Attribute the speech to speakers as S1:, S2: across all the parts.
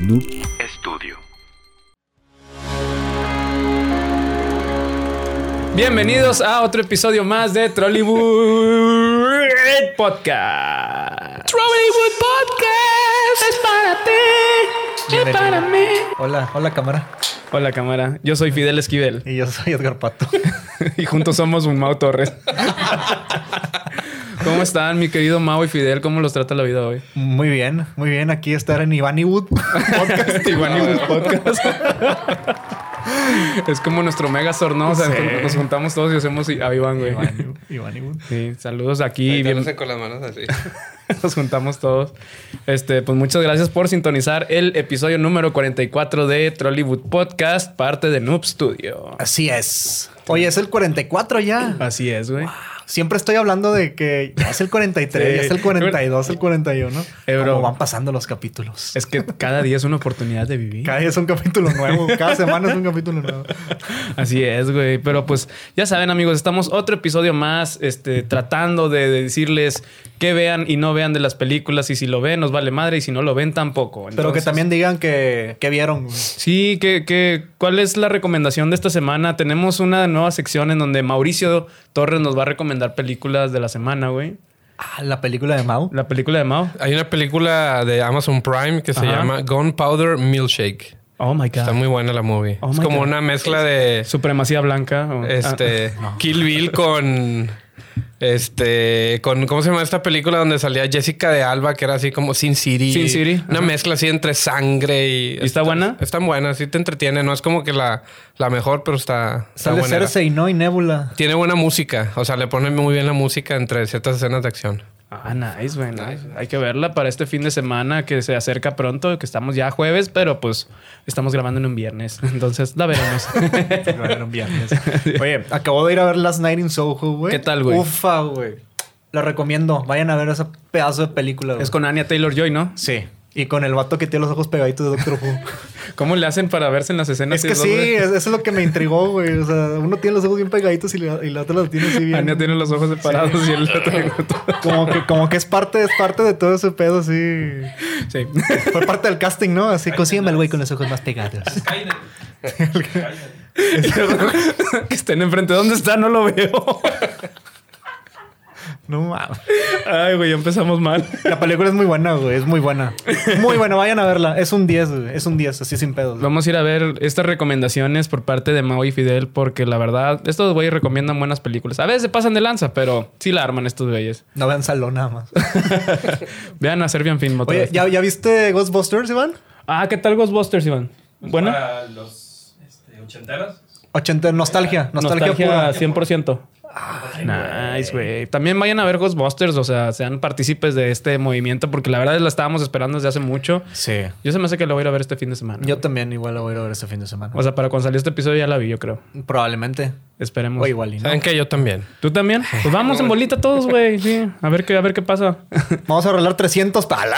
S1: Noob
S2: Estudio.
S3: Bienvenidos a otro episodio más de Trollywood Podcast. Trollywood Podcast es para ti, es para mí.
S4: Hola, hola cámara.
S3: Hola cámara, yo soy Fidel Esquivel
S4: Y yo soy Edgar Pato.
S3: y juntos somos un Mau Torres. ¿Cómo están, mi querido Mau y Fidel? ¿Cómo los trata la vida hoy?
S4: Muy bien, muy bien. Aquí estar en Ivaniwood Podcast.
S3: Tijuana Podcast. es como nuestro Megazord, ¿no? O sea,
S4: Sí.
S3: nos juntamos todos y hacemos a Iván, güey.
S4: Ivaniwood.
S3: Sí, saludos aquí. bien-
S5: Bien. con las manos así.
S3: Nos juntamos todos. Este, pues muchas gracias por sintonizar el episodio número 44 de Trollywood Podcast, parte de Noob Studio.
S4: Así es. Oye, es el 44 ya.
S3: Así es, güey.
S4: Siempre estoy hablando de que ya es el 43,
S3: Sí.
S4: ya es el 42, el 41.
S3: Eh, bro.
S4: Como van pasando los capítulos.
S3: Es que cada día es una oportunidad de vivir.
S4: Cada día es un capítulo nuevo. Cada semana es un capítulo nuevo.
S3: Así es, güey. Pero pues ya saben, amigos, estamos otro episodio más este, tratando de, de decirles qué vean y no vean de las películas. Y si lo ven, nos vale madre. Y si no lo ven, tampoco.
S4: Pero que
S3: Entonces,
S4: también digan que, que vieron. güey.
S3: Sí, que, que, ¿cuál es la recomendación de esta semana? Tenemos una nueva sección en donde Mauricio Torres nos va a recomendar películas de la semana, güey.
S4: Ah, la película de Mau.
S3: La película de Mao.
S5: Hay una película de Amazon Prime que se
S3: Ajá.
S5: llama Gunpowder Milkshake.
S3: Oh my
S5: Está muy buena la movie.
S3: Oh
S5: es
S3: my
S5: como
S3: God.
S5: una mezcla de
S3: Supremacía blanca. o- ah,
S5: este Kill Bill con este con cómo se llama esta película donde salía Jessica de Alba que era así como Sin City.
S3: Sin City,
S5: Una
S3: ajá.
S5: mezcla así entre sangre y
S3: está buena?
S5: Está buena, sí te entretiene, no es como que la, la mejor, pero está está
S4: Sale
S5: buena.
S4: Cersei, ¿no? Y Nebula.
S5: Tiene buena música, o sea, le pone muy bien la música entre ciertas escenas de acción.
S3: Ah, nice, güey. nice. Hay que verla para este fin de semana que se acerca pronto, que estamos ya jueves, pero pues estamos grabando en un viernes. Entonces la veremos.
S4: Este Oye, acabo de ir a ver Last Night in Soho, güey.
S3: ¿Qué tal, güey?
S4: Ufa, güey. Lo recomiendo. Vayan a ver ese pedazo de película, güey.
S3: es con Anya Taylor Joy, ¿no?
S4: Sí. Y con el vato que tiene los ojos pegaditos de Doctor Who.
S3: ¿Cómo le hacen para verse en las escenas?
S4: es que sí,
S3: donde
S4: es- eso es lo que me intrigó, güey. O sea, uno tiene los ojos bien pegaditos y la, y la otra los tiene así bien.
S3: Anya tiene los ojos separados y el otro.
S4: Como que, como que es parte, es parte de todo ese pedo, sí.
S3: Sí.
S4: Fue parte del casting, ¿no? Así consígueme al güey con los ojos más pegados.
S3: que estén enfrente. ¿Dónde está? No lo veo.
S4: No mames.
S3: Ay, güey, ya empezamos mal.
S4: La película es muy buena, güey. Es muy buena. Muy buena, vayan a verla. Es un 10, güey. Es un 10, así sin pedos.
S3: Vamos a ir a ver estas recomendaciones por parte de Mau y Fidel, porque la verdad, estos güeyes recomiendan buenas películas. A veces se pasan de lanza, pero sí la arman estos güeyes.
S4: No vean salón nada más.
S3: Vean a Serbian Film otra
S4: Oye,
S3: vez.
S4: ¿ya, ¿ya viste Ghostbusters, Iván?
S3: Ah, ¿qué tal Ghostbusters, Iván? Bueno,
S6: Para los este, ochenteros.
S4: 80, nostalgia, nostalgia,
S3: nostalgia,
S4: pura.
S3: 100%. nice, güey. También vayan a ver Ghostbusters, o sea, sean partícipes de este movimiento, porque la verdad la estábamos esperando desde hace mucho.
S4: Sí.
S3: Yo se me hace que la voy a ir a ver este fin de semana.
S4: Yo también igual la voy a ir a ver este fin de semana.
S3: O sea, para cuando salió este episodio ya la vi, yo creo.
S4: Probablemente.
S3: Esperemos.
S4: O igual y no.
S5: Saben que yo también.
S3: ¿Tú también? Pues vamos en bolita todos, güey. Sí. A ver qué, a ver qué pasa.
S4: Vamos a arreglar 300 para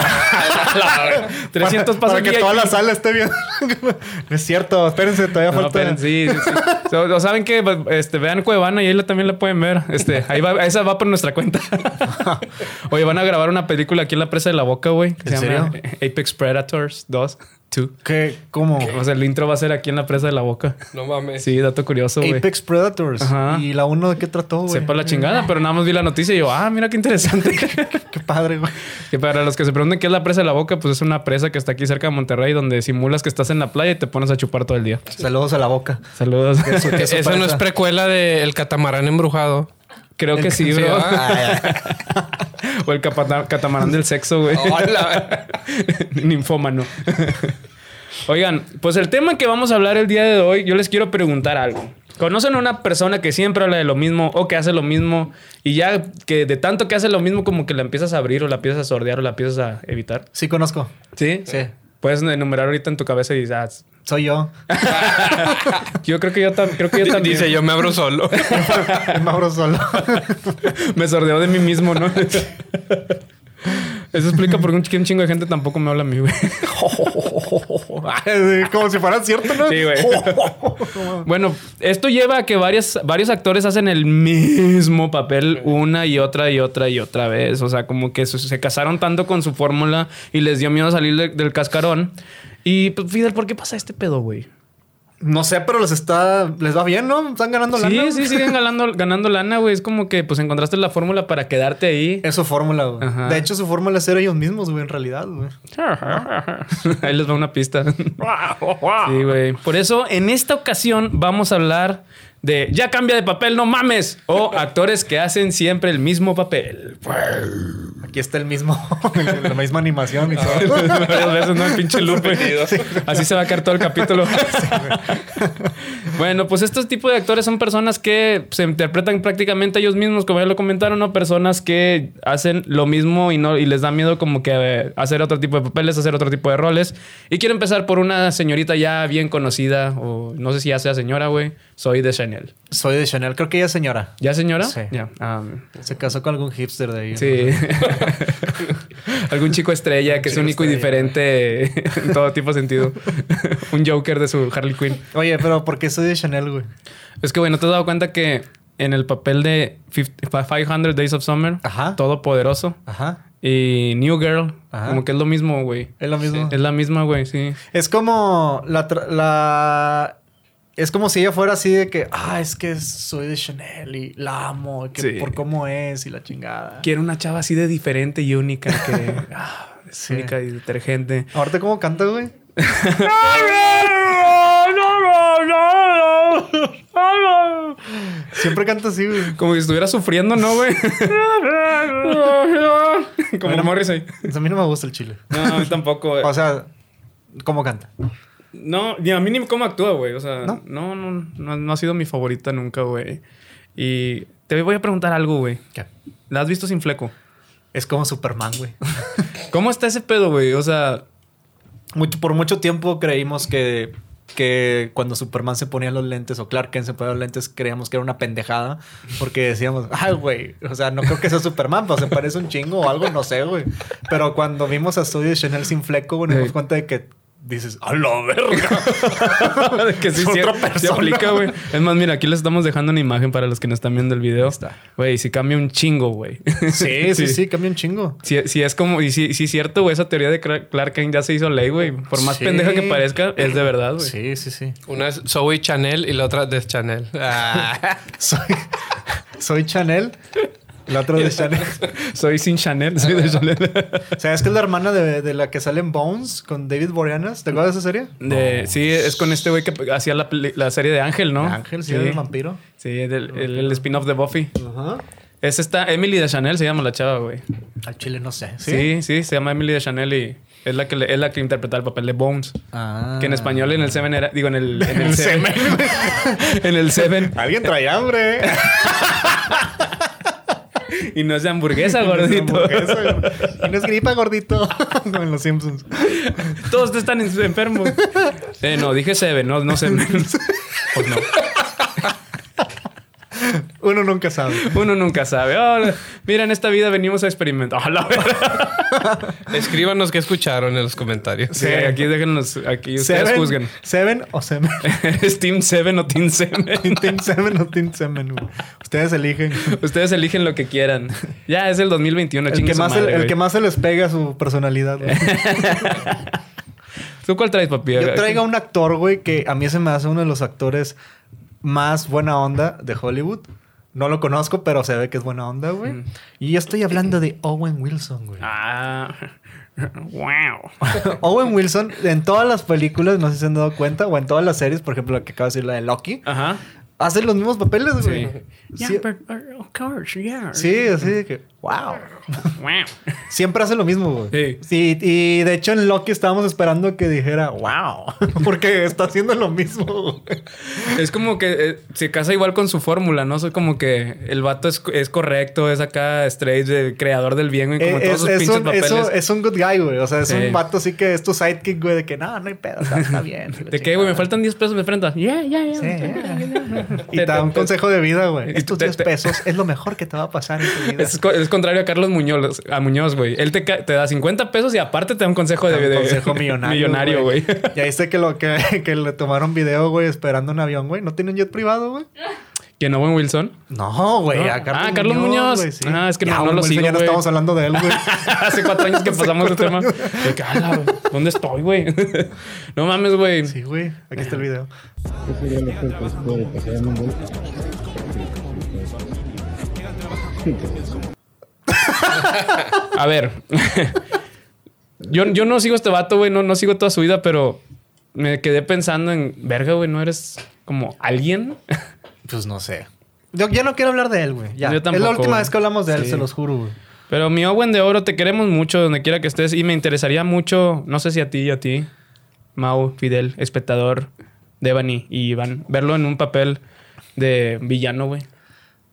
S3: 300 pasan
S4: para, para que
S3: VIP.
S4: toda la sala esté bien. no es cierto, espérense, todavía
S3: No,
S4: falta.
S3: esperen, sí, sí, sí. So, lo saben que este, vean Cuevana y ahí la- también la pueden ver. Este, ahí va, esa va por nuestra cuenta. Oye, van a grabar una película aquí en la presa de la boca, güey. Que
S4: ¿En
S3: se llama Apex Predators 2. 2.
S4: ¿Qué? ¿Cómo?
S3: O sea, el intro va a ser aquí en la presa de la boca.
S5: No mames.
S3: Sí, dato curioso, güey.
S4: Apex Predators.
S3: Ajá.
S4: ¿Y la 1 de qué trató, güey?
S3: Sepa la chingada, pero nada más vi la noticia y yo, ah, mira qué interesante.
S4: Qué padre, güey.
S3: Que para los que se pregunten qué es la presa de la boca, pues es una presa que está aquí cerca de Monterrey donde simulas que estás en la playa y te pones a chupar todo el día.
S4: Saludos a la boca.
S3: Saludos.
S4: Qué
S5: Eso no es
S4: sorpresa.
S5: precuela de El catamarán embrujado.
S3: Creo que Ah. sí,
S5: Sí,
S3: bro.
S5: ¿verdad?
S3: o el capata- catamarán del sexo, güey.
S5: Hola.
S3: Ninfómano. Oigan, pues el tema que vamos a hablar el día de hoy, yo les quiero preguntar algo. ¿Conocen a una persona que siempre habla de lo mismo o que hace lo mismo y ya que de tanto que hace lo mismo como que la empiezas a abrir o la empiezas a sordear o la empiezas a evitar?
S4: Sí, conozco.
S3: ¿Sí?
S4: Sí.
S3: Puedes enumerar ahorita en tu cabeza y dices, ah,
S4: Soy yo.
S3: yo creo que yo, tam- creo que yo también
S5: Dice, yo me abro solo.
S4: El Mauro Solo.
S3: me sordeo de mí mismo, ¿no? Eso explica por qué un ch- que un chingo de gente tampoco me habla a mí, güey.
S4: Como si fuera cierto, ¿no?
S3: Sí, güey. bueno, esto lleva a que varias, varios actores hacen el mismo papel una y otra y otra y otra vez. O sea, como que se, se casaron tanto con su fórmula y les dio miedo salir de- del cascarón Y pues, Fidel, ¿por qué pasa este pedo, güey?
S4: No sé, pero les está. Les va bien, ¿no? Están ganando lana.
S3: Sí, sí, siguen ganando, ganando lana, güey. Es como que pues encontraste la fórmula para quedarte ahí.
S4: Es su fórmula, güey.
S3: Ajá.
S4: De hecho, su fórmula es ser ellos mismos, güey, en realidad, güey.
S3: Ahí les va una pista. Sí, güey. Por eso, en esta ocasión vamos a hablar de Ya cambia de papel, no mames. O actores que hacen siempre el mismo papel.
S4: Aquí está el mismo, la misma animación y todo.
S3: Varias veces, ¿no? El pinche Lupe. Así se va a caer todo el capítulo. bueno, pues estos tipos de actores son personas que se interpretan prácticamente ellos mismos, como ya lo comentaron, ¿no? Personas que hacen lo mismo y, no, y les da miedo como que eh, hacer otro tipo de papeles, hacer otro tipo de roles. Y quiero empezar por una señorita ya bien conocida, o no sé si ya sea señora, güey. Soy de Chanel.
S4: Soy de Chanel, creo que ella es señora.
S3: ¿Ya señora?
S4: Sí.
S3: Ya. Ah,
S4: Se casó con algún hipster de ahí.
S3: Sí. Algún chico estrella que es
S4: chico
S3: único y
S4: estrella.
S3: diferente en todo tipo de sentido. Un Joker de su Harley Quinn.
S4: Oye, pero ¿por qué soy de Chanel, güey?
S3: Es que, güey, ¿no te has dado cuenta que en el papel de 50 500 Days of Summer,
S4: Ajá.
S3: Todopoderoso
S4: Ajá.
S3: y New Girl,
S4: Ajá.
S3: como que es lo mismo, güey.
S4: Es lo mismo.
S3: Es la misma, güey, sí.
S4: Es como la, tra- la- Es como si ella fuera así de que, ah, es que soy de Chanel y la amo, y que
S3: Sí.
S4: por cómo es y la chingada.
S3: Quiero una chava así de diferente y única, que ah, es
S4: Sí.
S3: única y detergente.
S4: Ahorita cómo canta, güey. Siempre canta así, güey.
S3: Como si estuviera sufriendo, ¿no, güey? Como
S4: Bueno.
S3: Morrissey.
S4: A mí no me gusta el chile.
S3: No, a mí tampoco. güey.
S4: O sea, ¿cómo canta?
S3: No, ni a mí ni cómo actúa, güey. O sea, no,
S4: ¿No?
S3: no, no, no ha sido mi favorita nunca, güey. Y te voy a preguntar algo, güey.
S4: ¿Qué?
S3: ¿La has visto sin fleco?
S4: Es como Superman, güey.
S3: ¿Cómo está ese pedo, güey? O sea,
S4: Mucho- por mucho tiempo creímos que, que cuando Superman se ponía los lentes o Clark Kent se ponía los lentes, creíamos que era una pendejada. Porque decíamos, ay, güey, o sea, no creo que sea Superman, pero se parece un chingo o algo, no sé, güey. Pero cuando vimos a Studio Chanel sin fleco, güey, nos
S3: Sí.
S4: dimos cuenta de que dices, a la verga.
S3: que sí,
S4: Es
S3: sí,
S4: otra
S3: sí
S4: persona.
S3: aplica, güey. Es más, mira, aquí les estamos dejando una imagen para los que no están viendo el video.
S4: está.
S3: Güey, si cambia un chingo, güey.
S4: Sí, sí, sí, cambia un chingo.
S3: Si, si es como, y si, si es cierto, güey, esa teoría de Cla- Clark Kent ya se hizo ley, güey. Por más
S4: Sí.
S3: pendeja que parezca, es de verdad, güey.
S4: Sí, sí, sí.
S5: Una es Zoe Chanel y la otra es Chanel. Ah.
S4: Soy, soy Chanel. La otra de Chanel.
S3: Soy sin Chanel, soy de Chanel.
S4: ¿Sabes que es la hermana de, de la que sale en Bones con David Boreanaz? ¿Te acuerdas de esa serie?
S3: De- Sí, es con este güey que hacía la, peli- la serie de Ángel, ¿no?
S4: Ah, Ángel, sí, el vampiro.
S3: Sí, del- el, el spin-off de Buffy.
S4: Ajá.
S3: Es esta Emily de Chanel, se llama la chava, güey.
S4: Al chile no sé.
S3: ¿Sí? sí, se llama Emily de Chanel y es la que, le- es la que interpreta el papel de Bones.
S4: Ah.
S3: Que en español en el Seven era... Digo, en el... En el
S4: El
S3: Seven. en el Seven.
S4: Alguien trae hambre.
S3: Y no es de hamburguesa, gordito.
S4: Hamburguesa. No es gripa, gordito. Como en los Simpsons.
S3: Todos están en- enfermos. Eh, no, dije Seven, no, no Seven. pues no.
S4: Uno nunca sabe.
S3: Uno nunca sabe. Oh, mira, en esta vida venimos a experimentar. Ah, la verdad.
S5: Escríbanos qué escucharon en los comentarios.
S3: Sí, aquí déjenos... Aquí ustedes
S4: Seven,
S3: juzguen.
S4: Seven o Semen.
S3: ¿Es Team Seven o Team Seven?
S4: Team Seven o Team Semen. güey. Ustedes eligen.
S3: Ustedes eligen lo que quieran. Ya es el 2021,
S4: El
S3: chingue
S4: que,
S3: su
S4: más se-
S3: madre,
S4: el
S3: güey.
S4: que más se les pega a su personalidad. güey.
S3: ¿Tú cuál traes, papi?
S4: Yo traigo un actor, güey, que a mí se me hace uno de los actores más buena onda de Hollywood. No lo conozco, pero se ve que es buena onda, güey.
S3: Mm.
S4: Y yo estoy hablando de Owen Wilson, güey.
S3: Ah. Wow.
S4: Owen Wilson, en todas las películas, no sé si se han dado cuenta, o en todas las series, por ejemplo, la que acaba de decir, la de Loki,
S3: Ajá.
S4: hace los mismos papeles, güey.
S3: Yeah,
S4: Sí,
S3: but, uh, of course, yeah.
S4: sí, así de que, wow.
S3: Wow.
S4: Siempre hace lo mismo, güey.
S3: Sí.
S4: Sí, y de hecho en Loki estábamos esperando que dijera, wow, porque está haciendo lo mismo, güey.
S3: Es como que eh, se casa igual con su fórmula, ¿no? Soy como que el vato es, es correcto, es acá straight, el creador del bien, güey, como
S4: Eh,
S3: todos
S4: Es,
S3: sus
S4: es
S3: pinches
S4: un,
S3: papeles.
S4: es, un, es un good guy, güey. O sea, es
S3: Sí.
S4: un vato así que es tu sidekick, güey, de que no, no hay pedo, está, está bien. la
S3: ¿De qué, güey? Me
S4: chingada".
S3: faltan 10 pesos de frente. Yeah, yeah, yeah.
S4: Sí, eh. Y
S3: Te-
S4: te da un
S3: te-
S4: consejo de vida, güey.
S3: Y
S4: Estos
S3: te-
S4: 10
S3: te-
S4: pesos es lo mejor que te va a pasar en tu vida.
S3: Es, co- es contrario a Carlos Muñoz, a Muñoz, güey. Él te, ca- te da 50 pesos y aparte te da un consejo de,
S4: Un
S3: de-
S4: consejo millonario.
S3: millonario, güey.
S4: Ya viste que, lo, que, que le tomaron video, güey, esperando un avión, güey. No tiene un jet privado, güey.
S3: ¿Quién Owen Wilson?
S4: No, güey.
S3: No.
S4: A Carlos
S3: Ah, Carlos Muñoz.
S4: güey, sí.
S3: Ah, es que no-
S4: Ya,
S3: no
S4: güey,
S3: lo
S4: Wilson,
S3: sigo,
S4: Ya no
S3: güey.
S4: estamos hablando de él, güey.
S3: Hace cuatro años que pasamos el tema. Yo, que, "Ala, güey, ¿Dónde estoy, güey? no mames, güey.
S4: Sí, güey. Aquí está el video.
S1: ¿Qué sería lo peor que se puede pasar en un gol?
S3: A ver. yo, yo no sigo a este vato, güey. No, no sigo toda su vida, pero me quedé pensando en, verga, güey, ¿no eres como alguien?
S4: Pues no sé. Yo ya no quiero hablar de él, güey. Ya.
S3: Yo
S4: es
S3: tampoco,
S4: la última
S3: güey.
S4: vez que hablamos de él,
S3: Sí.
S4: se los juro, güey.
S3: Pero mi Owen de Oro, te queremos mucho donde quiera que estés y me interesaría mucho, no sé si a ti y a ti, Mau, Fidel, espectador, Devani y Iván, verlo en un papel de villano, güey.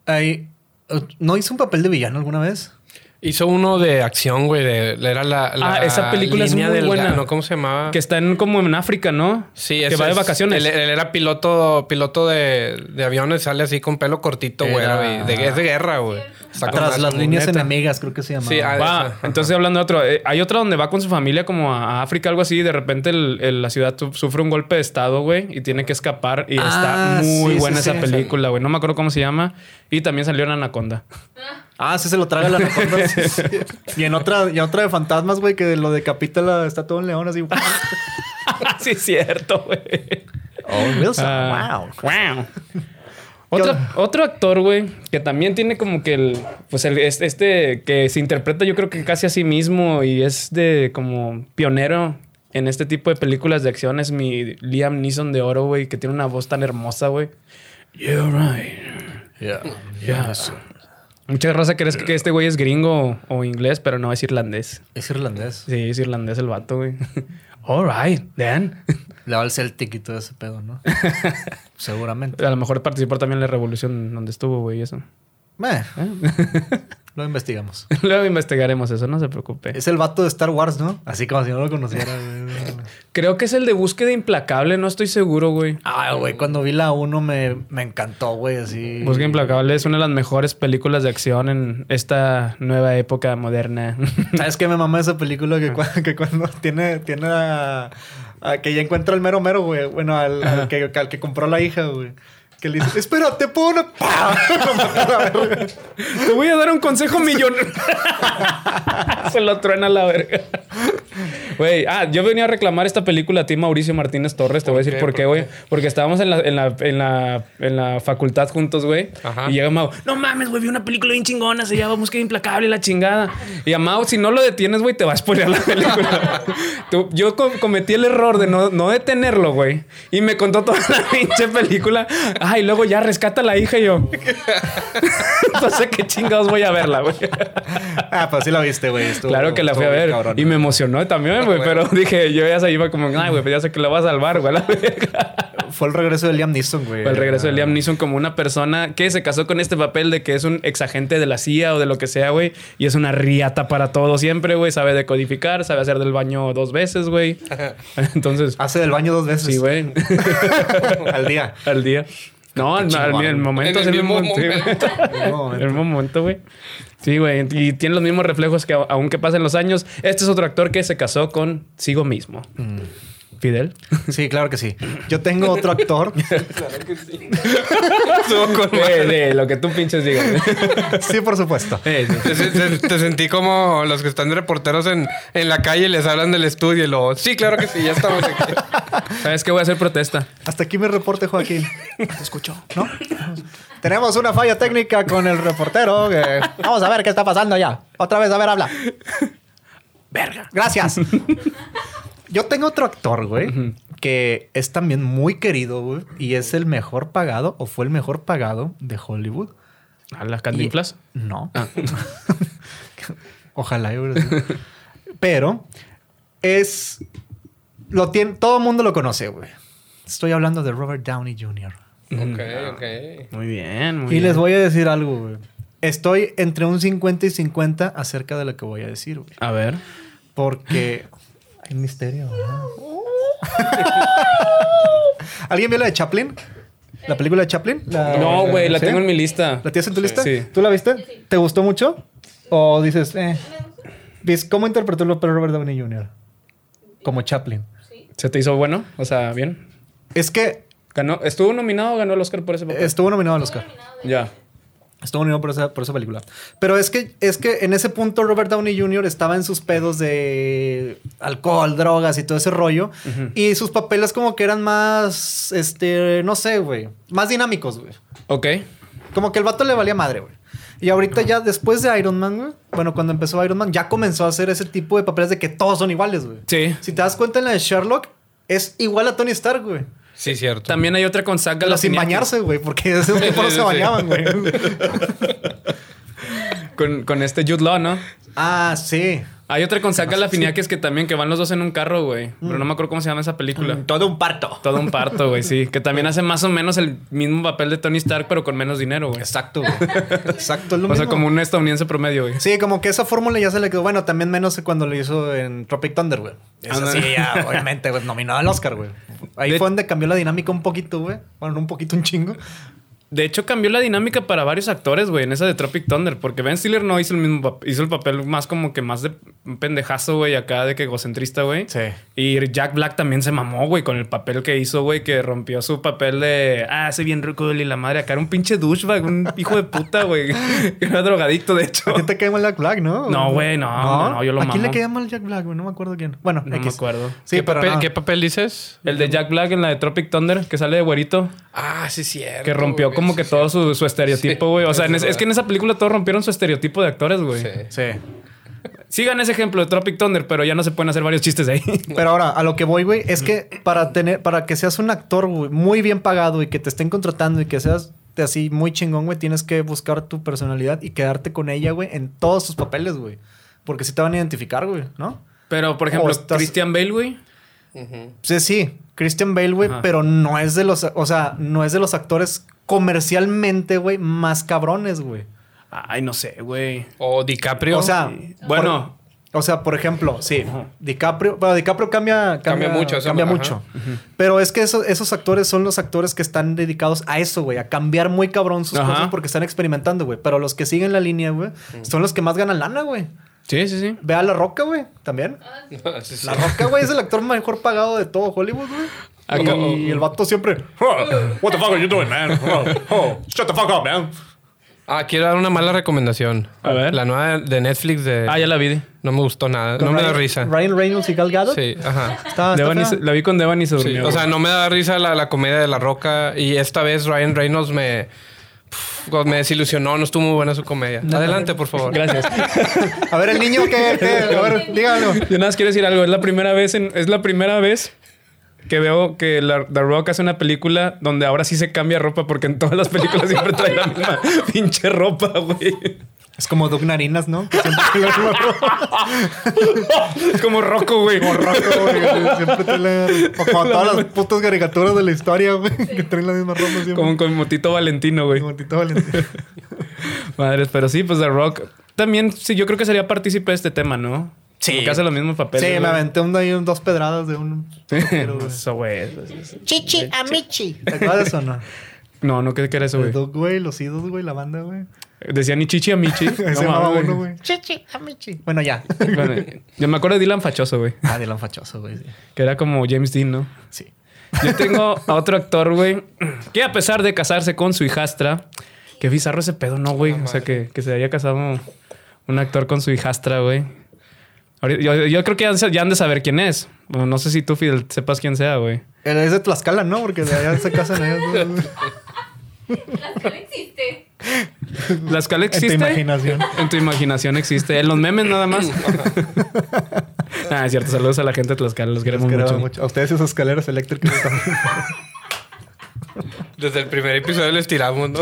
S4: Ahí, eh, ¿No hizo un papel de villano alguna vez?
S5: Hizo uno de acción, güey. de- Era la, la
S3: Ah, esa película es
S5: línea
S3: muy
S5: del
S3: buena.
S5: ga- ¿no? ¿Cómo se llamaba?
S3: Que está en- como en África, ¿no?
S5: Ah. Sí,
S3: Que
S5: ese
S3: va de
S5: es-
S3: vacaciones.
S5: Él, él era piloto piloto de, de aviones, sale así con pelo cortito, güey.
S4: Era-
S5: era de- Es de guerra, güey. Está con
S4: Tras
S5: más-
S4: las líneas
S3: neta.
S4: enemigas, creo que se llamaba.
S5: Sí, ah,
S3: Va,
S5: esa.
S3: entonces hablando de otro, eh, hay otra donde va con su familia como a a África, algo así, y de repente el- el- la ciudad tu- sufre un golpe de estado, güey, y tiene que escapar, y
S4: Ah,
S3: está muy
S4: sí,
S3: buena
S4: sí,
S3: esa
S4: sí.
S3: película, güey, no me acuerdo cómo se llama, y también salió en Anaconda.
S4: Ah, sí se lo traga la anaconda. sí, sí. Y en otra, y en otra de fantasmas, güey, que lo decapita la está todo en león así.
S3: sí, es cierto, güey.
S4: oh, Wilson,
S3: Ah,
S4: wow.
S3: wow. Otro, otro actor, güey, que también tiene como que el. Pues el, este, este que se interpreta, yo creo que casi a sí mismo y es de como pionero en este tipo de películas de acción. Es mi Liam Neeson de oro, güey, que tiene una voz tan hermosa, güey. You're right. Yeah. Mucha raza crees que este güey es gringo o, o inglés, pero no es irlandés.
S4: Es irlandés.
S3: Sí, es irlandés el vato, güey. All right, then.
S4: Le va al Celtic y todo ese pedo, ¿no? Seguramente.
S3: A lo mejor participó también en la revolución donde estuvo, güey, eso.
S4: Meh, lo investigamos.
S3: Luego investigaremos eso, no se preocupe.
S4: Es el vato de Star Wars, ¿no? Así como si no lo conociera. güey.
S3: Creo que es el de búsqueda implacable, no estoy seguro, güey.
S4: Ah, güey, cuando vi la 1 me, me encantó, güey, así.
S3: Búsqueda implacable es una de las mejores películas de acción en esta nueva época moderna.
S4: ¿Sabes qué me mamá esa película que, cua- que cuando tiene, tiene a, a que ya encuentra al mero mero, güey? Bueno, al, al que, al que compró la hija, güey. Que le dice, espérate, pon una... ¡Pah! Lo mató a la verga.
S3: Te voy a dar un consejo millonario. Se lo truena a la verga. Güey, ah, yo venía a reclamar esta película a ti, Mauricio Martínez Torres. Te voy a decir
S5: qué?
S3: por
S5: ¿Por
S3: qué, güey. Porque estábamos en la, en la, en la, en la facultad juntos, güey.
S5: Ajá.
S3: Y llega Mau. No mames, güey, vi una película bien chingona. Se llama Búsqueda Implacable, la chingada. Y a Mau, si no lo detienes, güey, te vas a spoilear la película. Tú- yo com- cometí el error de no, no detenerlo, güey. Y me contó toda la pinche película. Ay, luego ya rescata a la hija y yo. Entonces, qué chingados voy a verla, güey.
S4: Ah, pues sí la viste, güey. estuvo-
S3: Claro que la fui a
S4: estuvo bien
S3: ver
S4: cabrón.
S3: y me emocionó también, Ah, güey. Pero dije, yo ya se iba como, ay, güey, pues ya sé que la va a salvar, güey. a la verga".
S4: Fue el regreso de Liam Neeson, güey.
S3: Fue el regreso de Liam Neeson como una persona que se casó con este papel de que es un exagente de la CIA o de lo que sea, güey. Y es una riata para todo siempre, güey. Sabe decodificar, sabe hacer del baño dos veces, güey. Entonces,
S4: Hace del baño dos veces.
S3: Ah, pues sí, güey.
S4: Al día.
S3: Al día. No, no, al- en el momento
S5: En
S3: es
S5: el
S3: el mismo
S5: mismo
S3: momento.
S5: momento.
S4: No,
S3: El mismo momento, güey. Sí, güey. Y tiene los mismos reflejos que, aunque pasen los años, este es otro actor que se casó consigo mismo. Mm. Fidel.
S4: Sí, claro que sí. Yo tengo otro actor.
S5: Estuvo con
S3: Eh, de lo que tú pinches digas.
S4: Sí, por supuesto.
S5: Te, te- te sentí como los que están de reporteros en, en la calle y les hablan del estudio y lo... Sí, claro que sí, ya estamos aquí.
S3: ¿Sabes qué? Voy a hacer protesta.
S4: Hasta aquí mi reporte, Joaquín. Te escucho, ¿no? Tenemos una falla técnica con el reportero. que- Vamos a ver qué está pasando ya. Otra vez, a ver, habla. Verga. Gracias. Yo tengo otro actor, güey, que es también muy querido, güey, y es el mejor pagado, o fue el mejor pagado de Hollywood.
S3: ¿A las cantinflas?
S4: Y- No.
S3: Ah.
S4: Ojalá. yo hubiera sido. Pero es. Lo tiene, todo el mundo lo conoce, güey. Estoy hablando de Robert Downey Jr.
S5: Ok, ok.
S3: Muy bien, muy
S4: Y
S3: bien.
S4: les voy a decir algo, güey. Estoy entre un 50 y 50 acerca de lo que voy a decir, güey.
S3: A ver.
S4: Porque. Hay misterio, ¿verdad? ¿Alguien vio la de Chaplin? ¿La película de Chaplin? La-
S3: No, güey, Ah, la
S4: ¿Sí?
S3: tengo en mi lista.
S4: ¿La tienes en tu lista?
S3: Sí.
S4: ¿Tú la viste? ¿Te gustó mucho? ¿O dices, eh? ¿Ves ¿Cómo interpretó el papel Robert Downey Jr.? Como Chaplin.
S3: ¿Se te hizo bueno? O sea, bien.
S4: Es que
S3: Ganó, ¿Estuvo nominado o ganó el Oscar por ese papel?
S4: Estuvo nominado al Oscar.
S3: Ya.
S4: Estuvo unido por esa, por esa película. Pero es que, es que en ese punto Robert Downey Jr. estaba en sus pedos de alcohol, drogas y todo ese rollo. Y sus papeles como que eran más, este, no sé, güey. Más dinámicos, güey.
S3: Ok.
S4: Como que el vato le valía madre, güey. Y ahorita ya después de Iron Man, güey. Bueno, cuando empezó Iron Man, ya comenzó a hacer ese tipo de papeles de que todos son iguales, güey.
S3: Sí.
S4: Si te das cuenta en la de Sherlock, es igual a Tony Stark, güey.
S5: Sí, cierto.
S3: También hay otra con Zach
S4: Pero sin
S3: Galifianakis.
S4: bañarse, güey, porque esos
S5: Sí,
S4: tipos no
S5: sí,
S4: se
S5: sí.
S4: bañaban, güey.
S3: Con, con este Jude Law, ¿no?
S4: Ah, sí.
S3: Hay otra con Zach Galifianakis que también, que van los dos en un carro, güey. Pero no me acuerdo cómo se llama esa película.
S4: Mm. Todo un parto.
S3: Todo un parto, güey, sí. Que también hace más o menos el mismo papel de Tony Stark, pero con menos dinero, güey.
S4: Exacto, güey. Exacto, es lo
S3: O sea,
S4: mismo.
S3: como un estadounidense promedio, güey.
S4: Sí, como que esa fórmula ya se le quedó. Bueno, también menos cuando lo hizo en Tropic Thunder, güey. Eso
S3: Ah,
S4: sí,
S3: no.
S4: ya, obviamente, güey, nominado al Oscar, güey. Ahí
S3: De-
S4: fue donde cambió la dinámica un poquito, güey. Bueno, no un poquito, un chingo.
S3: De hecho, cambió la dinámica para varios actores, güey, en esa de Tropic Thunder, porque Ben Stiller no hizo el mismo pap- hizo el papel más como que más de un pendejazo, güey, acá de que egocentrista, güey.
S4: Sí.
S3: Y Jack Black también se mamó, güey, con el papel que hizo, güey, que rompió su papel de, ah, soy bien rico y la madre, acá era un pinche douchebag, un hijo de puta, güey. Era drogadicto, de hecho.
S4: ¿A ti te cae mal Jack Black, no?
S3: No, güey, no, no, yo lo
S4: ¿A quién
S3: mamo.
S4: le cae mal Jack Black, güey? No me acuerdo quién. Bueno,
S3: No me
S4: X.
S3: acuerdo.
S4: Sí,
S5: ¿Qué,
S4: pero
S5: papel,
S4: no.
S5: ¿Qué papel dices?
S3: El de Jack Black en la de Tropic Thunder, que sale de güerito,
S5: Ah, sí, cierto.
S3: que rompió
S5: güey,
S3: como
S5: sí,
S3: que
S5: sí.
S3: todo su, su estereotipo,
S5: Sí,
S3: güey. O sea,
S5: es
S3: en es,
S5: verdad.
S3: es que en esa película todos rompieron su estereotipo de actores, güey.
S5: Sí.
S4: Sí.
S3: Sigan ese ejemplo de Tropic Thunder, pero ya no se pueden hacer varios chistes de ahí.
S4: Pero ahora, a lo que voy, güey, es que para tener, para que seas un actor, güey, muy bien pagado y que te estén contratando y que seas de así muy chingón, güey, tienes que buscar tu personalidad y quedarte con ella, güey, en todos tus papeles, güey. Porque si te van a identificar, güey, ¿no?
S3: Pero, por ejemplo,
S4: O estás-
S3: Christian Bale, güey.
S4: Sí, sí, Christian Bale, güey,
S3: Ajá.
S4: pero no es de los, o sea, no es de los actores comercialmente, güey, más cabrones, güey.
S3: Ay, no sé, güey.
S5: O DiCaprio.
S4: O sea,
S3: Bueno,
S4: O sea, por ejemplo, sí, DiCaprio, bueno, DiCaprio cambia, cambia,
S5: Cambia mucho,
S4: mucho,
S5: eso,
S4: cambia
S5: ajá.
S4: mucho. Pero es que eso- esos actores son los actores que están dedicados a eso, güey, a cambiar muy cabrón sus
S3: Ajá.
S4: cosas porque están experimentando, güey. Pero los que siguen la línea, güey, son los que más ganan lana, güey.
S3: sí, sí, sí.
S4: Ve a La Roca, güey, también.
S5: Sí, sí.
S4: La Roca, güey, es el actor mejor pagado de todo Hollywood, güey.
S3: Acá-
S4: Y el vato siempre.
S2: What the fuck are you doing, man? Oh, oh, shut the fuck up, man.
S5: Ah, quiero dar una mala recomendación.
S3: A ver.
S5: La nueva de Netflix de...
S3: Ah, ya la vi. De
S5: No me gustó nada. No me da
S4: Ryan-
S5: risa.
S4: Ryan Reynolds y Gal Gadot.
S5: Sí, ajá.
S4: Ah, Está, está
S3: Devani
S4: fea.
S3: se- la vi con Devan y se
S5: Sí,
S3: durmió.
S5: o sea,
S3: güey.
S5: no me da risa la, la comedia de La Roca. Y esta vez Ryan Reynolds me... pf, Me desilusionó, no estuvo muy buena su comedia. Adelante, por favor.
S3: Gracias.
S4: A ver, el niño que. A ver, dígalo.
S3: Yo nada más quiero decir algo. Es la primera vez, en- es la primera vez que veo que la, The Rock hace una película donde ahora sí se cambia ropa porque en todas las películas siempre trae la misma pinche ropa, güey.
S4: Es como Doug Narinas, ¿no? Que siempre te lo
S3: Es como Rocco, güey.
S4: Como Rocco, güey. que Siempre te la... O como todas las putas caricaturas de la historia, güey. Que traen la misma ropa siempre.
S3: Como con Motito Valentino, güey.
S4: Como Tito Valentín.
S3: Madres, pero sí, pues The Rock también, sí, yo creo que sería partícipe de este tema, ¿no?
S4: Sí.
S3: Porque hace los mismos
S4: Sí,
S3: papeles.
S4: me
S3: güey.
S4: aventé un, ahí un- dos pedradas de un... rockero, güey.
S3: Eso, güey. eso, eso, eso.
S7: Chichi Amici.
S4: ¿Te acuerdas de eso o no?
S3: No, no, ¿qué, qué era eso,
S4: El
S3: güey?
S4: Doug, güey, los idos, güey, la banda, güey.
S3: Decía ni chichi a michi.
S4: Ahí
S3: No
S4: se llamaba
S3: mames,
S4: uno,
S3: güey.
S4: güey.
S7: Chichi Amici.
S4: Bueno, ya.
S3: Bueno, yo me acuerdo de Dylan Fachoso, güey.
S4: Ah, Dylan Fachoso, güey. Sí.
S3: Que era como James Dean, ¿no?
S4: Sí.
S3: Yo tengo a otro actor, güey, que a pesar de casarse con su hijastra, qué bizarro ese pedo, ¿no, güey? o sea, que, que se haya casado un actor con su hijastra, güey. Ahorita- Yo, yo creo que ya, han de- ya han de saber quién es. Bueno, no sé si tú, Fidel, sepas quién sea, güey.
S4: Él Es de Tlaxcala, ¿no? Porque de allá se casan ellos. güey.
S8: no existe.
S3: La escala existe.
S4: En tu imaginación.
S3: En tu imaginación existe. En los memes nada más. ah, es cierto. Saludos a la gente de Tlaxcala. Los queremos
S4: Los
S3: mucho.
S4: queremos mucho. A ustedes esas escaleras eléctricas también.
S5: Desde el primer episodio les tiramos, ¿no?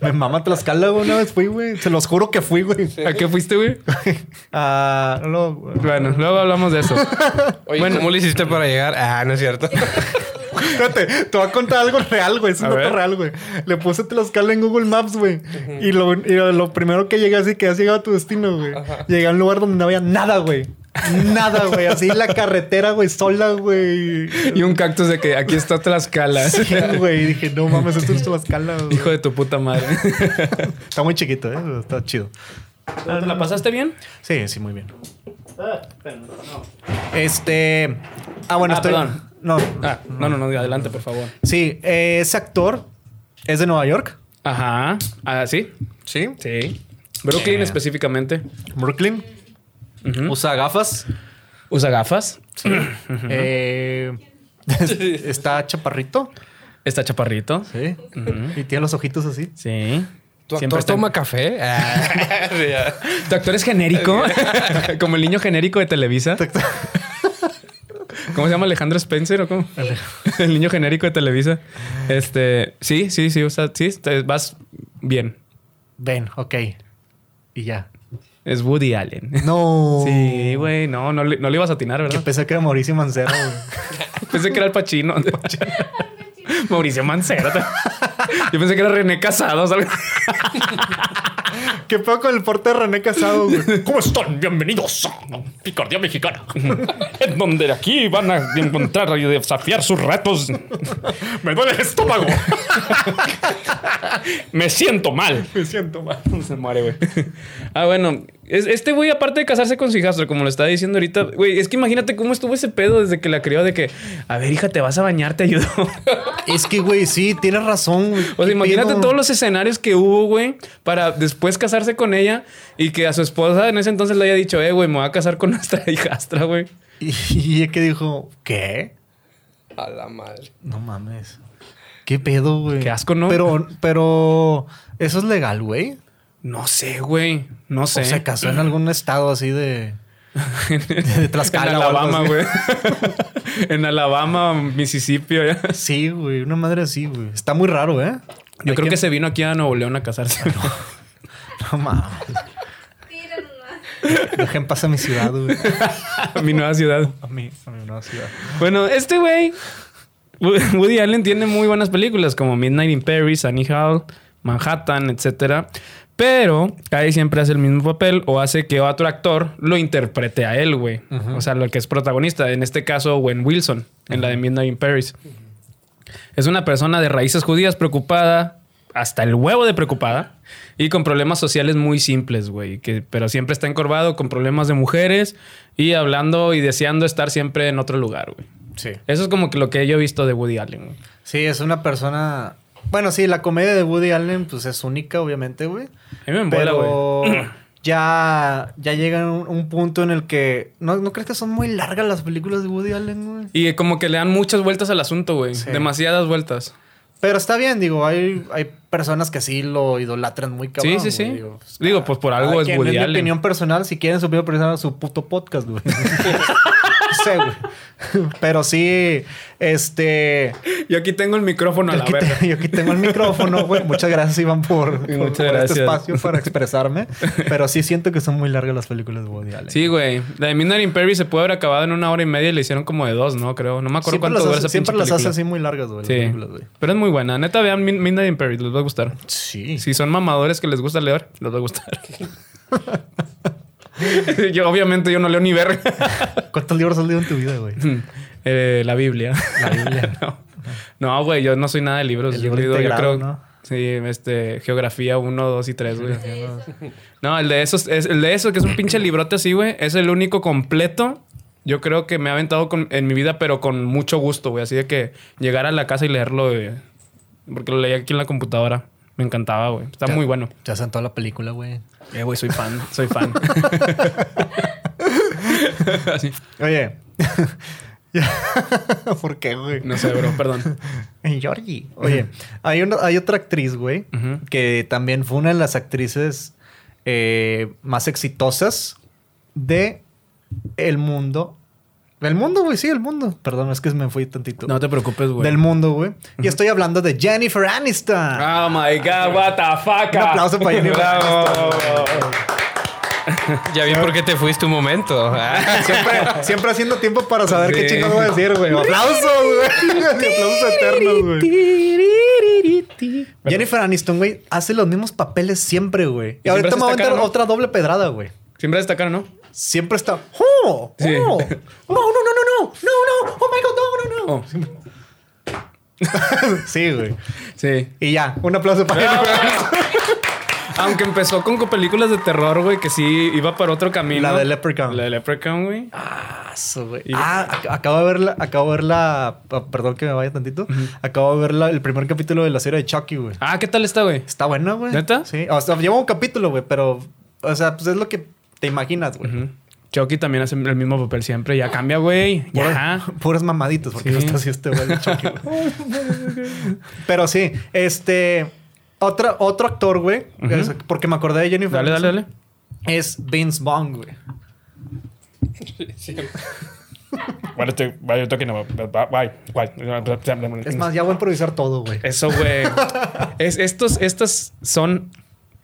S4: Me mama Tlaxcala, güey. Una vez fui, güey. Se los juro que fui, güey.
S3: ¿A qué fuiste, güey?
S4: Ah, no lo...
S3: Bueno, luego hablamos de eso.
S5: Oye,
S3: Bueno.
S5: ¿cómo le hiciste para llegar? Ah, no es cierto.
S4: Espérate, te voy a contar algo real, güey. Es
S3: A
S4: un dato
S3: ver.
S4: real, güey. Le puse Tlaxcala en Google Maps, güey. y, lo, y lo- lo primero que llegué así que has llegado a tu destino, güey. Llegué a un lugar donde no había nada, güey. Nada, güey. Así la carretera, güey, sola, güey.
S3: Y un cactus de que aquí está Tlaxcala.
S4: Sí, güey. Y dije, no mames, esto es Tlaxcala, güey.
S3: Hijo de tu puta madre.
S4: Está muy chiquito, ¿eh? Está chido.
S3: ¿Te la pasaste bien?
S4: Sí, sí, muy bien. Este. Ah, bueno,
S3: Ah,
S4: estoy.
S3: perdón.
S4: No.
S3: Ah, no, no, no, adelante, por favor.
S4: Sí, eh, ese actor es de Nueva York.
S3: Ajá. Ah, sí.
S4: Sí.
S3: Sí. Brooklyn
S4: Yeah.
S3: específicamente.
S4: Brooklyn.
S3: Ujú.
S4: Usa gafas.
S3: Usa gafas.
S4: Eh, está chaparrito.
S3: Está chaparrito.
S4: Sí. Y tiene los ojitos así.
S3: Sí.
S5: ¿Tu
S3: Siempre
S5: actor
S3: está-
S5: toma café? Ah, sí, ya.
S3: Tu actor es genérico. Como el niño genérico de Televisa. ¿Cómo se llama Alejandro Spencer o cómo? El niño genérico de Televisa. Este, sí, sí, sí, o sea, sí, te vas bien.
S4: Ven, ok. Y ya.
S3: Es Woody Allen.
S4: No.
S3: Sí, güey, no, no, le- no le ibas a atinar,
S4: Que
S3: ¿verdad?
S4: pensé que era Mauricio Mancero. güey.
S3: Pensé que era el Pachino. Mauricio Mancera. Yo pensé que era René Casado. o sea, algo-
S4: ¿Qué pedo con el porte de René Casado? güey?
S2: ¿Cómo están? Bienvenidos a Picardía Mexicana. en donde de aquí van a encontrar y desafiar sus retos. Me duele el estómago. Me siento mal. Me siento mal.
S3: Se muere, güey. Ah, bueno. es- este güey, aparte de casarse con su hijastro, como lo estaba diciendo ahorita, güey, es que imagínate cómo estuvo ese pedo desde que la crió de que, a ver, hija, te vas a bañar, te ayudo.
S4: es que, güey, sí, tienes razón. güey.
S3: O sea,
S4: ¿Qué
S3: imagínate
S4: pedo?
S3: todos los escenarios que hubo, güey, para después casarse con ella y que a su esposa en ese entonces le haya dicho, eh, güey, me voy a casar con nuestra hijastra, güey.
S4: Y, y es que dijo, ¿qué?
S5: A la madre.
S4: No mames. ¿Qué pedo, güey?
S3: Qué asco, ¿no?
S4: Pero, pero, ¿eso es legal, güey?
S3: No sé, güey. No sé.
S4: O se casó en algún estado así de... de Tlaxcala
S3: en
S4: o algo
S3: Alabama,
S4: así.
S3: güey. en Alabama, Mississippi, allá.
S4: Sí, güey. Una madre así, güey. Está muy raro, ¿eh?
S3: Yo
S4: Hay
S3: creo que se vino aquí a Nuevo León a casarse.
S4: No mames.
S8: Tira nomás.
S4: Dejen en paz a mi ciudad, güey.
S3: a mi nueva ciudad.
S4: A mí, a mi nueva ciudad.
S3: Bueno, este güey, Wo- Woody Allen tiene muy buenas películas como Midnight in Paris, Annie Hall, Manhattan, etcétera. Pero Kai siempre hace el mismo papel o hace que otro actor lo interprete a él, güey. O sea, lo que es protagonista. En este caso, Gwen Wilson, en la de Midnight in Paris. Es una persona de raíces judías preocupada, hasta el huevo de preocupada, y con problemas sociales muy simples, güey. que- Pero siempre está encorvado con problemas de mujeres y hablando y deseando estar siempre en otro lugar, güey.
S4: Sí.
S3: Eso es como que lo que yo he visto de Woody Allen, güey.
S4: Sí, es una persona... Bueno, sí, la comedia de Woody Allen, pues, es única, obviamente, güey.
S3: A mí me embola, güey.
S4: Pero ya, ya llega un, un punto en el que... ¿no, ¿No crees que son muy largas las películas de Woody Allen, güey?
S3: Y como que le dan muchas vueltas al asunto, güey.
S4: Sí.
S3: Demasiadas vueltas.
S4: Pero está bien, digo, hay, hay personas que sí lo idolatran muy cabrón.
S3: sí, sí, sí.
S4: güey,
S3: Digo, pues,
S4: cada-
S3: por
S4: cada
S3: algo es
S4: quien.
S3: Woody Allen.
S4: mi opinión personal, si quieren su opinión personal, su puto podcast, güey. No sé, güey. Pero sí, este...
S3: Yo aquí tengo el micrófono a
S4: Yo
S3: la
S4: aquí, te-
S3: verga.
S4: yo aquí tengo el micrófono, güey. Muchas gracias, Iván, por, por-
S3: Muchas
S4: por
S3: gracias.
S4: este espacio para expresarme. Pero sí siento que son muy largas las películas de Woody Allen.
S3: Sí, güey. La de Midnight in Paris se puede haber acabado en una hora y media y le hicieron como de dos, ¿no? Creo. No me acuerdo
S4: Siempre,
S3: cuánto
S4: las
S3: duró
S4: hace,
S3: esa
S4: siempre
S3: pinche
S4: las hace
S3: película.
S4: así muy largas, güey. las
S3: Sí.
S4: películas, güey.
S3: Pero es muy buena. Neta, vean Mid- Midnight in Paris. Les va a gustar.
S4: Sí.
S3: Si son mamadores que les gusta leer, les va a gustar. yo, obviamente, yo no leo ni verga.
S4: ¿Cuántos libros has leído en tu vida, güey?
S3: Eh, la Biblia. La Biblia. no. No, güey, yo no soy nada de libros.
S4: El
S3: yo
S4: libro
S3: he leído, yo
S4: integral,
S3: creo.
S4: ¿no?
S3: Sí, este, geografía 1, 2 y 3, güey. No, el de esos, es, el de eso, que es un pinche librote así, güey, es el único completo. Yo creo que me ha aventado con- en mi vida, pero con mucho gusto, güey. Así de que llegar a la casa y leerlo, güey. Porque lo leía aquí en la computadora. Me encantaba, güey. Está muy bueno.
S4: Te hacen toda la película, güey.
S3: Eh, güey, soy fan, soy fan. Así.
S4: Oye. Ya. ¿Por qué, güey?
S3: No sé, bro, perdón.
S4: Georgie. Oye, hay, una- hay otra actriz, güey,
S3: Ujú.
S4: que también fue una de las actrices eh, más exitosas de el mundo. Del mundo, güey, sí, el mundo. Perdón, es que me fui tantito.
S3: No te preocupes, güey.
S4: Del mundo, güey. Y estoy hablando de Jennifer Aniston.
S3: Oh my god, what the fuck. ah.
S4: Un aplauso para Jennifer
S3: Bravo.
S5: Ya vi por qué te fuiste un momento. Ah,
S4: Siempre, siempre haciendo tiempo para saber qué
S5: Sí.
S4: chingados voy a decir, güey. Aplausos, güey. Aplausos eternos, güey. Jennifer Aniston, güey, hace los mismos papeles siempre, güey. Y
S3: Y siempre
S4: ahorita me va a
S3: hace esta
S4: aventar
S3: cara, ¿no?
S4: otra doble pedrada, güey.
S3: Siempre destacaron, ¿no?
S4: Siempre está. ¡Oh!
S3: Sí.
S4: ¡Oh! ¡No, no, no, no! ¡No, no! ¡Oh my god! ¡No, no, no!
S3: Oh,
S4: Sí, güey.
S3: sí.
S4: Y ya, un aplauso para
S3: Ah.
S4: Jennifer Aniston.
S3: Aunque empezó con películas de terror, güey, que sí iba para otro camino.
S4: La de Leprechaun.
S3: La de Leprechaun, güey.
S4: Eso, güey. Ah, ac- acabo de ver la, acabo de ver la, pa- perdón que me vaya tantito. Acabo de ver la- el primer capítulo de la serie de Chucky, güey.
S3: Ah, ¿qué tal está, güey?
S4: Está buena, güey.
S3: ¿Neta?
S4: Sí. O sea, lleva un capítulo, güey, pero, o sea, pues es lo que te imaginas, güey.
S3: Chucky también hace el mismo papel siempre. Ya cambia, güey. Ya.
S4: Puras mamaditas, porque
S3: Sí.
S4: no está así este güey el Chucky, güey. Pero sí, este. Otra, otro actor, güey. es- Porque me acordé de Jennifer.
S3: Dale, dale, dale.
S4: Aniston, Es Vince Vaughn, güey.
S2: Bueno, este, vaya, yo toque no. va- Bye, bye.
S4: Es más, ya voy a improvisar todo, güey.
S3: Eso, güey. es, estos, estas son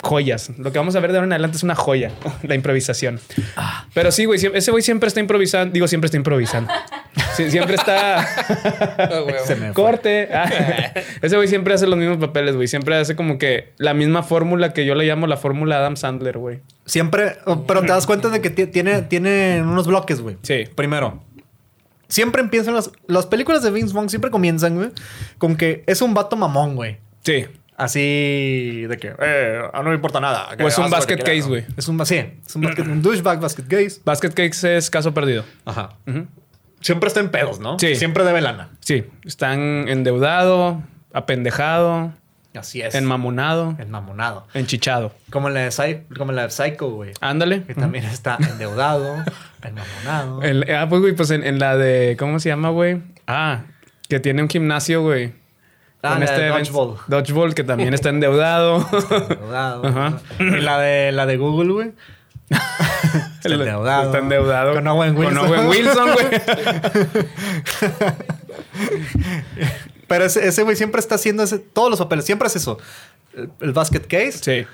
S3: joyas. Lo que vamos a ver de ahora en adelante es una joya, la improvisación. Pero sí, güey, siem- ese güey siempre está improvisando. Digo, siempre está improvisando. Sí, siempre está...
S5: Ah,
S4: Se me fue.
S3: Corte. Ah, ese güey siempre hace los mismos papeles, güey. Siempre hace como que la misma fórmula que yo le llamo la fórmula Adam Sandler, güey.
S4: Siempre, oh, pero te das cuenta de que ti- tiene, tiene unos bloques, güey.
S3: Sí.
S4: Primero, siempre empiezan las, las películas de Vince Vaughn siempre comienzan, güey, con que es un vato mamón, güey.
S3: Sí.
S4: Así de que, eh, ah, no me importa nada. que
S3: O es un
S4: haz lo que
S3: basket
S4: quieras,
S3: case,
S4: ¿no?
S3: güey.
S4: Es un, ba- sí, es un basket, un douchebag basket case.
S3: Basket Cakes es caso perdido.
S4: Ajá. Siempre está en pedos, ¿no?
S3: Sí.
S4: Siempre debe lana.
S3: Sí. Están endeudado, apendejado,
S4: Así es.
S3: enmamonado,
S4: Enmamonado.
S3: enchichado.
S4: Como la de, Psy- como la de Psycho, güey.
S3: Ándale.
S4: Que también está endeudado, enmamonado.
S3: El- ah, pues, güey, pues en, en la de. ¿Cómo se llama, güey? Ah, que tiene un gimnasio, güey.
S4: Ah, la de
S3: Vince-
S4: Dodgeball.
S3: Dodgeball, que también está endeudado.
S4: endeudado.
S3: Ajá.
S4: Y la de, la de Google, güey. Está endeudado.
S3: Está endeudado.
S4: Con Owen Wilson.
S3: Con Owen Wilson, güey.
S4: Pero ese ese güey siempre está haciendo ese- todos los papeles. Siempre es eso. El, el basket case.
S3: Sí.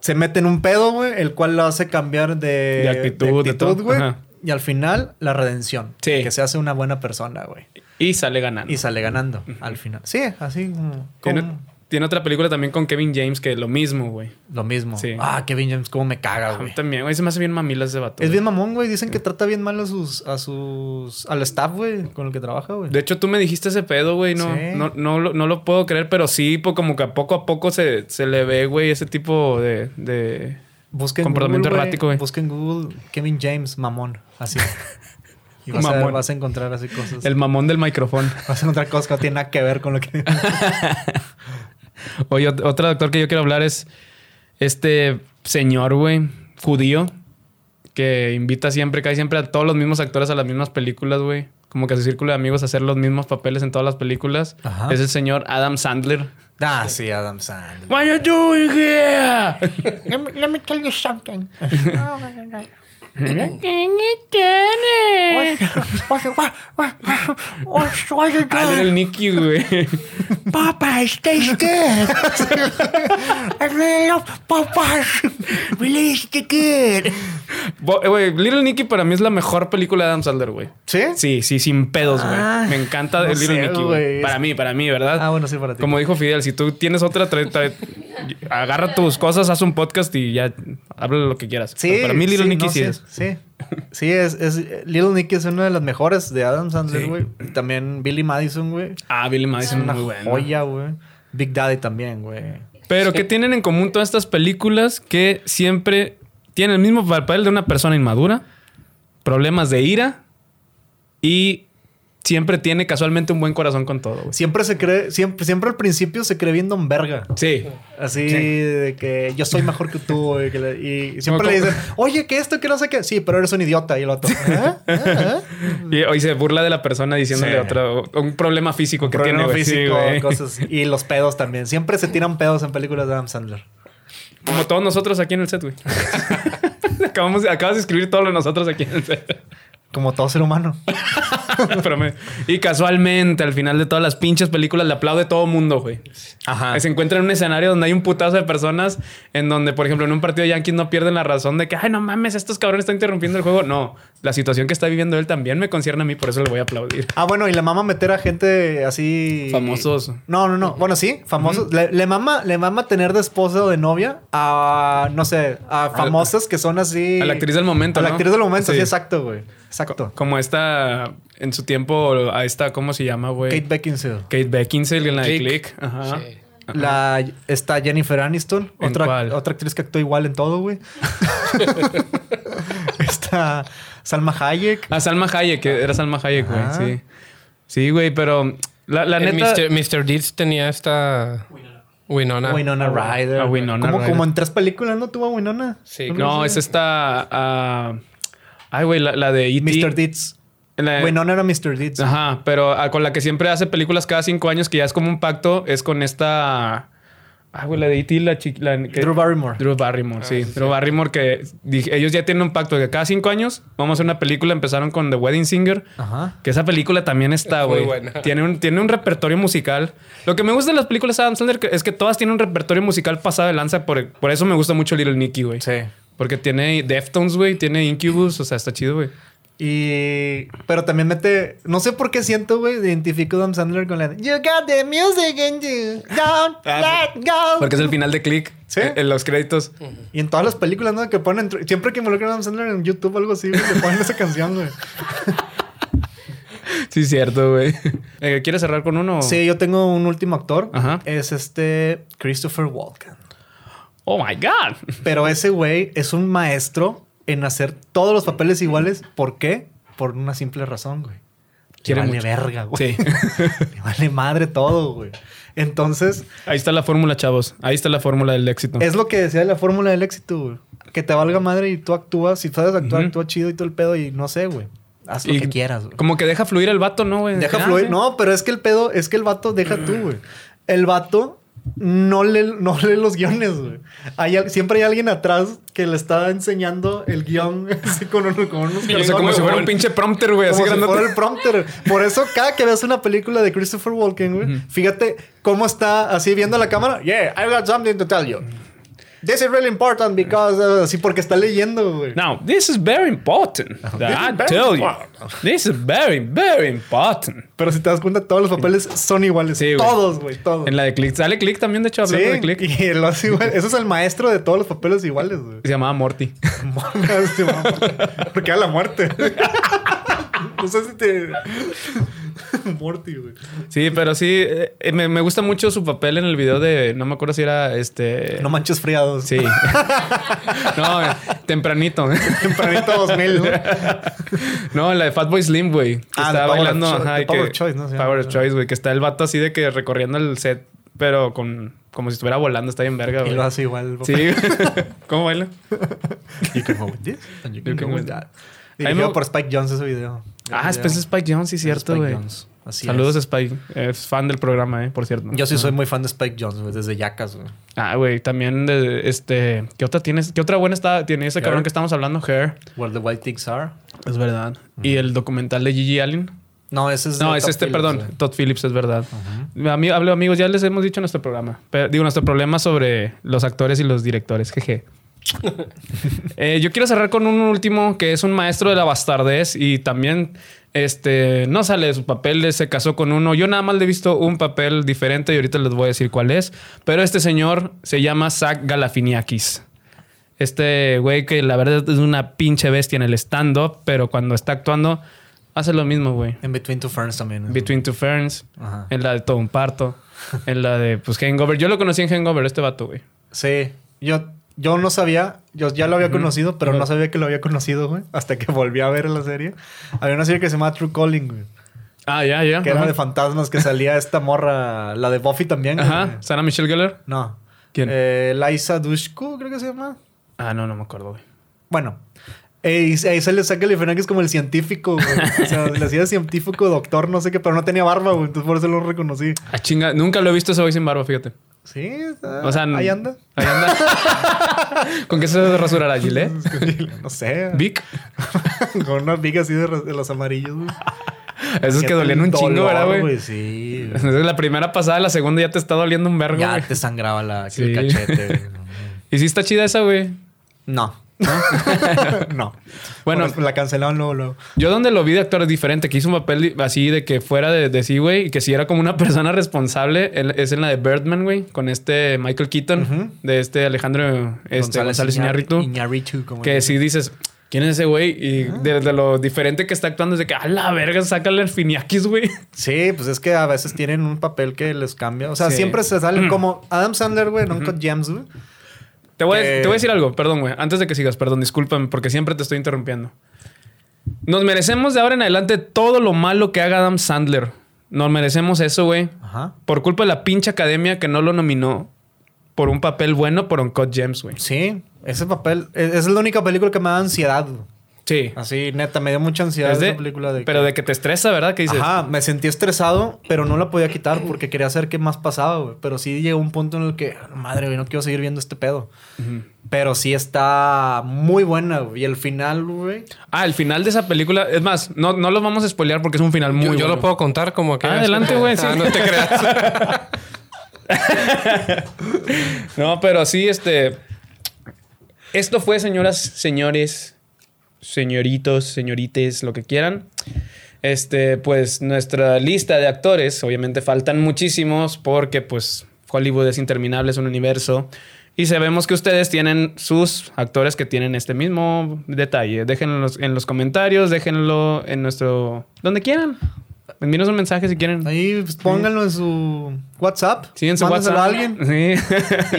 S4: Se mete en un pedo, güey, el cual lo hace cambiar de,
S3: De actitud, de
S4: actitud,
S3: todo.
S4: güey.
S3: Ajá.
S4: Y al final, la redención.
S3: Sí.
S4: Que se hace una buena persona, güey.
S3: Y sale ganando.
S4: Y sale ganando al final. Sí, así como,
S3: tiene,
S4: como
S3: tiene otra película también con Kevin James que es lo mismo, güey.
S4: lo mismo.
S3: Sí.
S4: Ah, Kevin James, cómo me caga,
S3: A mí
S4: güey.
S3: También, güey. Se me hace bien mamila ese vato.
S4: Es
S3: güey.
S4: bien mamón, güey. Dicen que trata bien mal a sus, a sus, al staff, güey, con el que trabaja, güey.
S3: De hecho, tú me dijiste ese pedo, güey. No,
S4: Sí.
S3: no, no, lo, no lo puedo creer, pero sí, po- como que a poco a poco se, se le ve, güey, ese tipo de. de...
S4: Busquen
S3: Comportamiento
S4: Google,
S3: errático, güey.
S4: Busquen Google Kevin James mamón, así. Y vas, A,
S3: Mamón.
S4: vas a encontrar así cosas.
S3: El mamón del micrófono.
S4: Vas a encontrar cosas que no tienen nada que ver con lo que.
S3: Oye, ot- otro actor que yo quiero hablar es este señor, güey, judío, que invita siempre, cae siempre a todos los mismos actores a las mismas películas, güey. Como que a su círculo de amigos a hacer los mismos papeles en todas las películas.
S4: Ajá.
S3: Es el señor Adam Sandler.
S4: ah, sí, Adam Sandler.
S3: What you doing here?
S7: Let me, let me tell you something. Oh, my God. What, what, what, what, what, what you
S3: Ah, era
S7: doing?
S3: el Nicky, güey.
S7: Popeyes taste good. I really love Popeyes. Really is the good.
S3: Bo- eh, Güey, Little Nicky para mí es la mejor película de Adam Sandler, güey.
S4: ¿Sí?
S3: Sí, sí, sin pedos, güey.
S4: Ah,
S3: Me encanta
S4: no
S3: el Little
S4: sé,
S3: Nicky, güey.
S4: güey.
S3: Para mí, para mí, ¿verdad?
S4: Ah, bueno, sí, para ti.
S3: Como dijo Fidel, si tú tienes otra, trae- trae- agarra tus cosas, haz un podcast y ya habla lo que quieras.
S4: Sí,
S3: Pero para mí, Little
S4: sí,
S3: Nicky
S4: no,
S3: sí,
S4: sí
S3: es.
S4: Sí, sí es, es. Little Nicky es una de las mejores de Adam Sandler, güey. También Billy Madison, güey.
S3: Ah, Billy Madison
S4: Es una
S3: muy bueno.
S4: joya, güey. Big Daddy también, güey.
S3: Pero ¿qué tienen en común todas estas películas que siempre tienen el mismo papel de una persona inmadura, problemas de ira y siempre tiene casualmente un buen corazón con todo, güey?
S4: Siempre se cree, siempre, siempre al principio se cree bien don verga.
S3: Sí.
S4: Así de que yo soy mejor que tú. güey, que le- Y, siempre
S3: Como-
S4: le dicen, oye, que esto, que no sé qué. Sí, pero eres un idiota. Y el otro, "¿Eh? ¿Eh? ¿Eh?".
S3: Y hoy se burla de la persona diciéndole
S4: Sí.
S3: otro, un problema físico que
S4: Problema
S3: tiene. güey. Sí,
S4: físico,
S3: güey.
S4: cosas. Y los pedos también. Siempre se tiran pedos en películas de Adam Sandler.
S3: Como todos nosotros aquí en el set, güey. Acabamos, acabas de escribir todos los nosotros aquí en el set.
S4: Como todo ser humano.
S3: Pero me- y casualmente, al final de todas las pinches películas, le aplaude todo mundo, güey.
S4: Ajá.
S3: Se encuentra en un escenario donde hay un putazo de personas en donde, por ejemplo, en un partido de Yankees no pierden la razón de que, ay, no mames, estos cabrones están interrumpiendo el juego. No, la situación que está viviendo él también me concierne a mí, por eso le voy a aplaudir.
S4: Ah, bueno, y le mama meter a gente así.
S3: Famosos.
S4: No, no, no. Bueno, sí, famosos. le, le mama, le mama tener de esposo o de novia a, no sé, a famosas que son así.
S3: a la actriz del momento,
S4: A la
S3: ¿no?
S4: actriz del momento, sí,
S3: Sí.
S4: exacto, güey. Exacto.
S3: Como esta, en su tiempo, a esta, ¿cómo se llama, güey?
S4: Kate
S3: Kate,
S4: Beckinsale.
S3: Beckinsale en la de
S5: Click.
S3: Click. Ajá.
S5: Sí.
S4: La, está Jennifer Aniston,
S3: ¿En
S4: otra,
S3: cuál?
S4: otra actriz que actúa igual en todo, güey. Está- a Salma Hayek.
S3: A Ah, Salma Hayek, que era Salma Hayek, güey,
S4: Ah.
S3: sí. Sí, güey, pero la, la
S5: El
S3: neta...
S5: Mr. Mr. Deeds tenía esta. Winona.
S4: Winona Ryder.
S3: A Ah, Winona
S4: como,
S3: Ryder.
S4: como en tres películas, ¿no? Tuvo a Winona.
S5: Sí,
S3: No, es esta... ah, ay, güey, la, la de E.T.
S4: Mr. Deeds.
S3: La-
S4: Winona era Mr. Deeds.
S3: Eh. Ajá, pero ah, con la que siempre hace películas cada cinco años, que ya es como un pacto, es con esta... Ah, güey, la de E.T., la chica...
S4: Drew Barrymore.
S3: Drew Barrymore, Ah, sí. Drew Barrymore que dije- ellos ya tienen un pacto de que cada cinco años vamos a hacer una película. Empezaron con The Wedding Singer.
S4: Ajá.
S3: Que esa película también está,
S5: Es muy
S3: güey.
S5: buena.
S3: Tiene un, tiene un repertorio musical. Lo que me gusta de las películas de Adam Sandler que- es que todas tienen un repertorio musical pasado de lanza. Por, por eso me gusta mucho Little Nicky, güey.
S4: Sí.
S3: Porque tiene Deftones, güey. Tiene Incubus. O sea, está chido, güey.
S4: Y. Pero también mete. No sé por qué siento, güey. Identifico a Adam Sandler con la. de, You got the music in you. Don't let go.
S3: Porque es el final de Click. eh,
S4: Sí.
S3: En, en los créditos.
S4: Y en todas las películas, ¿no? Que ponen. Siempre que involucran a Adam Sandler en YouTube o algo así, güey, le ponen esa canción, güey.
S3: Sí, cierto, güey. Eh, ¿Quieres cerrar con uno?
S4: Sí, yo tengo un último actor.
S3: Ajá.
S4: Es este. Christopher Walken.
S3: Oh, my God.
S4: Pero ese güey es un maestro en hacer todos los papeles iguales. ¿Por qué? Por una simple razón, güey. Le
S3: Quiere
S4: vale
S3: mucho.
S4: verga, güey.
S3: Sí.
S4: Le vale madre todo, güey. Entonces,
S3: Ahí está la fórmula, chavos. Ahí está la fórmula del éxito.
S4: es lo que decía de la fórmula del éxito, güey. Que te valga madre y tú actúas. Si sabes actuar, actúa chido y todo el pedo. Y no sé, güey. Haz lo
S3: Y
S4: que quieras, güey.
S3: Como que deja fluir el vato, ¿no, güey?
S4: Deja
S3: Ah,
S4: fluir.
S3: sí.
S4: No, pero es que el pedo, es que el vato, deja tú, güey. El vato no lee, no lee los guiones, güey. Hay al- siempre hay alguien atrás que le está enseñando el guión así con, uno- con unos
S3: O sea, como
S4: cartones,
S3: si fuera
S4: güey.
S3: un pinche prompter, güey. Así
S4: Como si
S3: grandote.
S4: fuera el prompter. Por eso, cada que veas una película de Christopher Walken, güey, fíjate cómo está así viendo la cámara. Yeah, I got something to tell you. This is really important because... uh, así porque está leyendo, güey.
S3: Now, this is very important. that I tell you. This is very, very important.
S4: Pero si te das cuenta, todos los papeles son iguales.
S3: Sí, güey.
S4: Todos, güey. Todos.
S3: En la de Click. Sale Click también, de hecho,
S4: Sí,
S3: hablando de Click.
S4: y lo hace igual. Eso es el maestro de todos los papeles iguales, güey.
S3: Se llamaba Morty.
S4: Este, mamá. Porque a la muerte. no sé si te. Morty, güey.
S3: Sí, pero sí, eh, eh, me, me gusta mucho su papel en el video de. No me acuerdo si era este.
S4: No manches friados.
S3: Sí. no, eh, tempranito.
S4: Tempranito 2000. ¿no?
S3: No, la de Fatboy Slim, güey. Que
S4: Ah, de
S3: está
S4: Power of
S3: bailando.
S4: Cho-
S3: ajá,
S4: de
S3: y
S4: Power
S3: que-
S4: of Choice, ¿no? Se llama.
S3: Power of Choice, güey. Que está el vato así de que recorriendo el set, pero con como si estuviera volando. Está bien verga,
S4: Y
S3: güey.
S4: lo hace igual.
S3: Sí. ¿Cómo baila?
S4: You can go with this. And you can, go with that. Dirigido
S3: Ahí me-
S4: por Spike Jones ese video.
S3: Ah, es pues, Spike Jones, sí, cierto,
S4: Spike
S3: güey.
S4: Jonze. Así
S3: Saludos,
S4: es.
S3: Spike. Es fan del programa, eh, por cierto.
S4: Yo sí soy muy fan de Spike Jones, güey. Desde Yacas, güey.
S3: Ah, güey, también de este. ¿Qué otra tienes? ¿Qué otra buena está, tiene ese
S4: Hair.
S3: cabrón que estamos hablando? Hair.
S4: Where the White Things Are.
S3: Es verdad. Y el documental de Gigi Allen.
S4: No, ese es.
S3: No,
S4: de
S3: es
S4: Top
S3: este,
S4: Phillips,
S3: perdón.
S4: güey.
S3: Todd Phillips, es verdad. Ami- hablo, amigos, ya les hemos dicho nuestro programa. Pero, digo, nuestro problema sobre los actores y los directores. Jeje. Eh, yo quiero cerrar con un último que es un maestro de la bastardez y también este, no sale de su papel, se casó con uno. Yo nada más le he visto un papel diferente y ahorita les voy a decir cuál es. Pero este señor se llama Zach Galafiniakis. Este güey que la verdad es una pinche bestia en el stand-up, pero cuando está actuando hace lo mismo, güey.
S4: En Between Two Ferns también. güey.
S3: Between Two Ferns,
S4: Ajá.
S3: en la de Todo un Parto, en la de pues Hangover. Yo lo conocí en Hangover, este vato, güey.
S4: Sí, yo, yo no sabía, yo ya lo había conocido, pero no sabía que lo había conocido, güey, hasta que volví a ver la serie. Había una serie que se llamaba True Calling, güey,
S3: Ah, ya, ya.
S4: que
S3: Ajá.
S4: era de fantasmas, que salía esta morra, la de Buffy también. güey.
S3: Ajá, Sarah Michelle Gellar.
S4: No.
S3: ¿Quién?
S4: Eh, Liza Dushku, creo que se llama.
S3: Ah, no, no me acuerdo, güey.
S4: Bueno. eh, y ahí sale Zac Galifianakis como el científico, güey. O sea, le hacía científico, doctor, no sé qué, pero no tenía barba, güey. Entonces por eso lo reconocí.
S3: Ah, chinga, nunca lo he visto ese güey sin barba, fíjate.
S4: Sí, está-
S3: O sea, n-
S4: Ah, ahí anda.
S3: Ahí anda. ¿Con qué se rasurará Gile?
S4: No sé.
S3: Vic.
S4: Con una viga así de, ros- de los amarillos, güey.
S3: Ah, Esos que
S4: Siento
S3: dolían un chingo,
S4: dolor,
S3: ¿verdad, güey?
S4: Sí. güey.
S3: Entonces, La primera pasada, la segunda ya te está doliendo un vergo,
S4: Ya
S3: güey.
S4: te sangraba la
S3: Sí.
S4: el cachete. güey.
S3: Y sí está chida esa, güey.
S4: No. no.
S3: Bueno.
S4: Bueno, la cancelaron luego, luego.
S3: Yo donde lo vi de actor es diferente, que hizo un papel di- así de que fuera de, de sí, güey, y que sí era como una persona responsable, él- es en la de Birdman, güey, con este Michael Keaton,
S4: Ujú.
S3: de este Alejandro este, González, Iñárritu,
S4: Iñárritu, como
S3: que
S4: le-
S3: sí dices, ¿quién es ese güey? Y de, de lo diferente que está actuando es de que, a la verga, sácale el finiaquis, güey.
S4: Sí, pues es que a veces tienen un papel que les cambia. O sea,
S3: Sí.
S4: siempre se
S3: Mm.
S4: salen como Adam Sandler, güey, en Uncut Gems, güey.
S3: Te voy, a,
S4: Que-
S3: te voy a decir algo, perdón, güey, antes de que sigas, perdón, discúlpame, porque siempre te estoy interrumpiendo. Nos merecemos de ahora en adelante todo lo malo que haga Adam Sandler. Nos merecemos eso, güey.
S4: Ajá.
S3: Por culpa de la pinche academia que no lo nominó por un papel bueno por Uncut Gems, güey.
S4: Sí, ese papel. e, es- es la única película que me da ansiedad. güey.
S3: Sí.
S4: Así, neta, me dio mucha ansiedad
S3: Ah, Es de-
S4: esa película. De
S3: pero de que te estresa, ¿verdad? Que dices,
S4: Ajá, me sentí estresado, pero no la podía quitar porque quería saber qué más pasaba, güey. Pero sí llegó un punto en el que, "Ah, madre, güey, no quiero seguir viendo este pedo. Pero sí está muy buena, güey. Y el final, güey.
S3: ah, el final de esa película, es más, no, no lo vamos a spoilear porque es un final muy
S5: yo, yo
S3: bueno.
S5: lo puedo contar como que.
S3: Ah, adelante, güey, sí.
S5: Ah, no te creas.
S3: No, pero sí, este. Esto fue, señoras, señores, señoritos, señorites, lo que quieran. Este, pues nuestra lista de actores, obviamente faltan muchísimos porque, pues, Hollywood es interminable, es un universo. Y sabemos que ustedes tienen sus actores que tienen este mismo detalle. Déjenlo en los, en los comentarios, déjenlo en nuestro. donde quieran. Envíenos un mensaje si quieren.
S4: Ahí pues, pónganlo en su WhatsApp.
S3: Sí, en su
S4: Mándenselo
S3: WhatsApp.
S4: a alguien.
S3: Sí.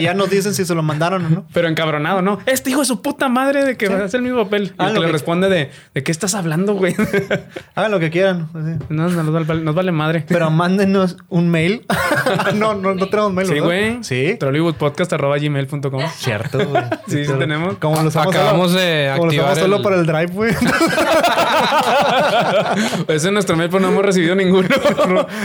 S4: Y ya nos dicen si se lo mandaron o no.
S3: Pero encabronado, ¿no? Este hijo de su puta madre de que hace el mismo papel. Y
S4: Ah,
S3: el que
S4: lo
S3: le
S4: que-
S3: responde de, ¿de qué estás hablando, güey?
S4: Hagan lo que quieran. así.
S3: no, no, nos vale, nos vale madre.
S4: Pero mándenos un mail. no, no, no tenemos mail,
S3: sí,
S4: ¿verdad?
S3: güey.
S4: Sí.
S3: Trolleywoodpodcast.gmail.com.
S4: Cierto, güey.
S3: Sí, sí tenemos.
S4: Como lo usamos
S5: Acabamos
S4: solo-
S5: de
S4: Como lo usamos
S5: activar
S4: solo
S5: el-
S4: para el drive, güey.
S3: Ese es Pues nuestro mail, pero no hemos recibido ninguno.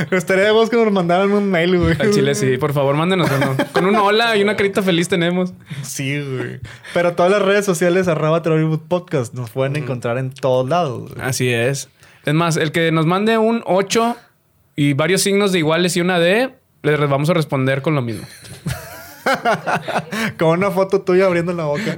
S4: Estaría de vos que nos mandaran un mail, güey.
S3: Al chile, sí. Por favor, mándenos uno. Con un hola y una carita feliz tenemos.
S4: Sí, güey. Pero todas las redes sociales, arroba Trollywood Podcast, nos pueden encontrar en todos lados. güey.
S3: Así es. Es más, el que nos mande un 8 y varios signos de iguales y una D, le re- vamos a responder con lo mismo.
S4: Con una foto tuya abriendo la boca.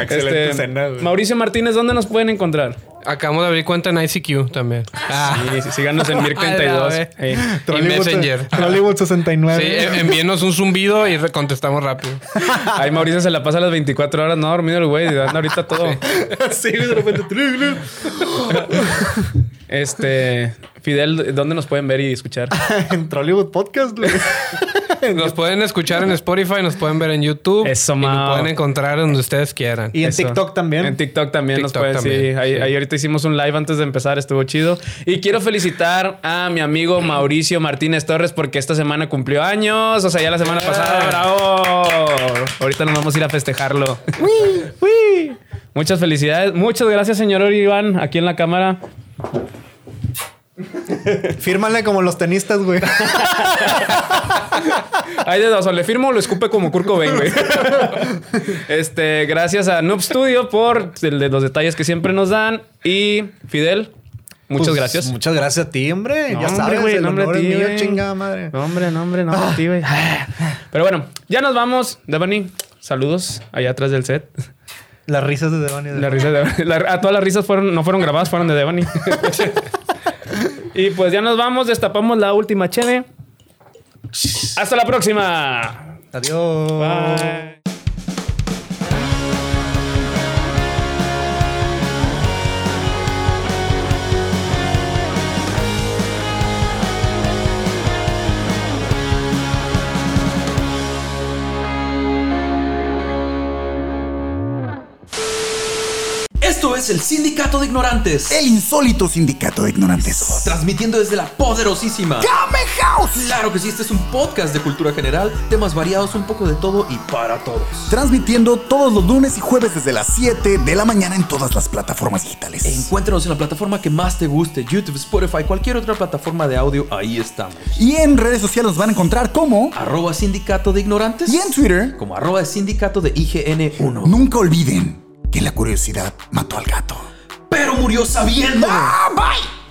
S4: Excelente
S3: Este,
S4: escena, güey.
S3: Mauricio Martínez, ¿dónde nos pueden encontrar?
S5: Acabamos de abrir cuenta en ICQ también.
S4: Ah.
S5: Ah.
S3: Sí, sí, síganos en
S5: A la
S3: Mir32.
S5: vez.
S3: Eh.
S5: Y Messenger.
S4: Trollywood
S5: Sí, em,
S4: 69.
S5: en- envíenos un zumbido y re- contestamos rápido.
S3: Ahí Mauricio se la pasa las 24 horas, no ha dormido el güey, dando ahorita todo.
S4: Sí, güey, de repente. tru, tru.
S3: Este, Fidel, ¿dónde nos pueden ver y escuchar?
S4: en Trollywood Podcast, güey.
S5: Nos pueden escuchar en Spotify, nos pueden ver en YouTube.
S3: Eso,
S5: y nos
S3: Mao.
S5: pueden encontrar donde ustedes quieran.
S4: Y en
S3: Eso.
S4: TikTok también.
S3: En TikTok también nos
S5: TikTok
S3: pueden, sí.
S5: también,
S3: Ahí,
S5: sí.
S3: ahí ahorita hicimos un live antes de empezar, estuvo chido. Y quiero felicitar a mi amigo Mauricio Martínez Torres porque esta semana cumplió años, o sea, ya la semana pasada, bravo. Ahorita nos vamos a ir a festejarlo. Uy. Muchas felicidades, muchas gracias, señor Iván, aquí en la cámara.
S4: Fírmale como los tenistas, güey.
S3: Hay de dos, o le firmo o lo escupe como Kurt Cobain, güey. Este, gracias a Noob Studio por el de los detalles que siempre nos dan. Y Fidel, muchas
S4: Pues,
S3: gracias.
S4: Muchas gracias a ti, hombre. ya sabes,
S3: güey,
S4: el
S3: no, hombre,
S4: honor
S3: a
S4: es
S3: ti,
S4: mío,
S3: güey.
S4: chingada madre.
S3: No, hombre, no, hombre, no, hombre, a ti, güey. Pero bueno, ya nos vamos. Devani, saludos allá atrás del set.
S4: Las risas de Devani.
S3: La risa de- la- a todas las risas fueron, no fueron grabadas, fueron de Devani. y pues ya nos vamos, destapamos la última cheve. Hasta la próxima.
S4: Adiós.
S3: Bye.
S9: Esto es el Sindicato de Ignorantes,
S7: El insólito sindicato de ignorantes.
S9: transmitiendo desde la poderosísima.
S7: ¡Dame House!
S9: Claro que sí, este es un podcast de cultura general, temas variados, un poco de todo y para todos.
S7: Transmitiendo todos los lunes y jueves desde las 7 de la mañana en todas las plataformas digitales.
S9: Encuéntranos en la plataforma que más te guste, YouTube, Spotify, cualquier otra plataforma de audio, ahí estamos.
S7: Y en redes sociales nos van a encontrar como...
S9: Arroba Sindicato de Ignorantes.
S7: Y en Twitter,
S9: Como arroba de Sindicato de IGN1.
S7: nunca olviden que la curiosidad mató al gato.
S9: Pero murió sabiendo.
S7: ¡Ah, bye!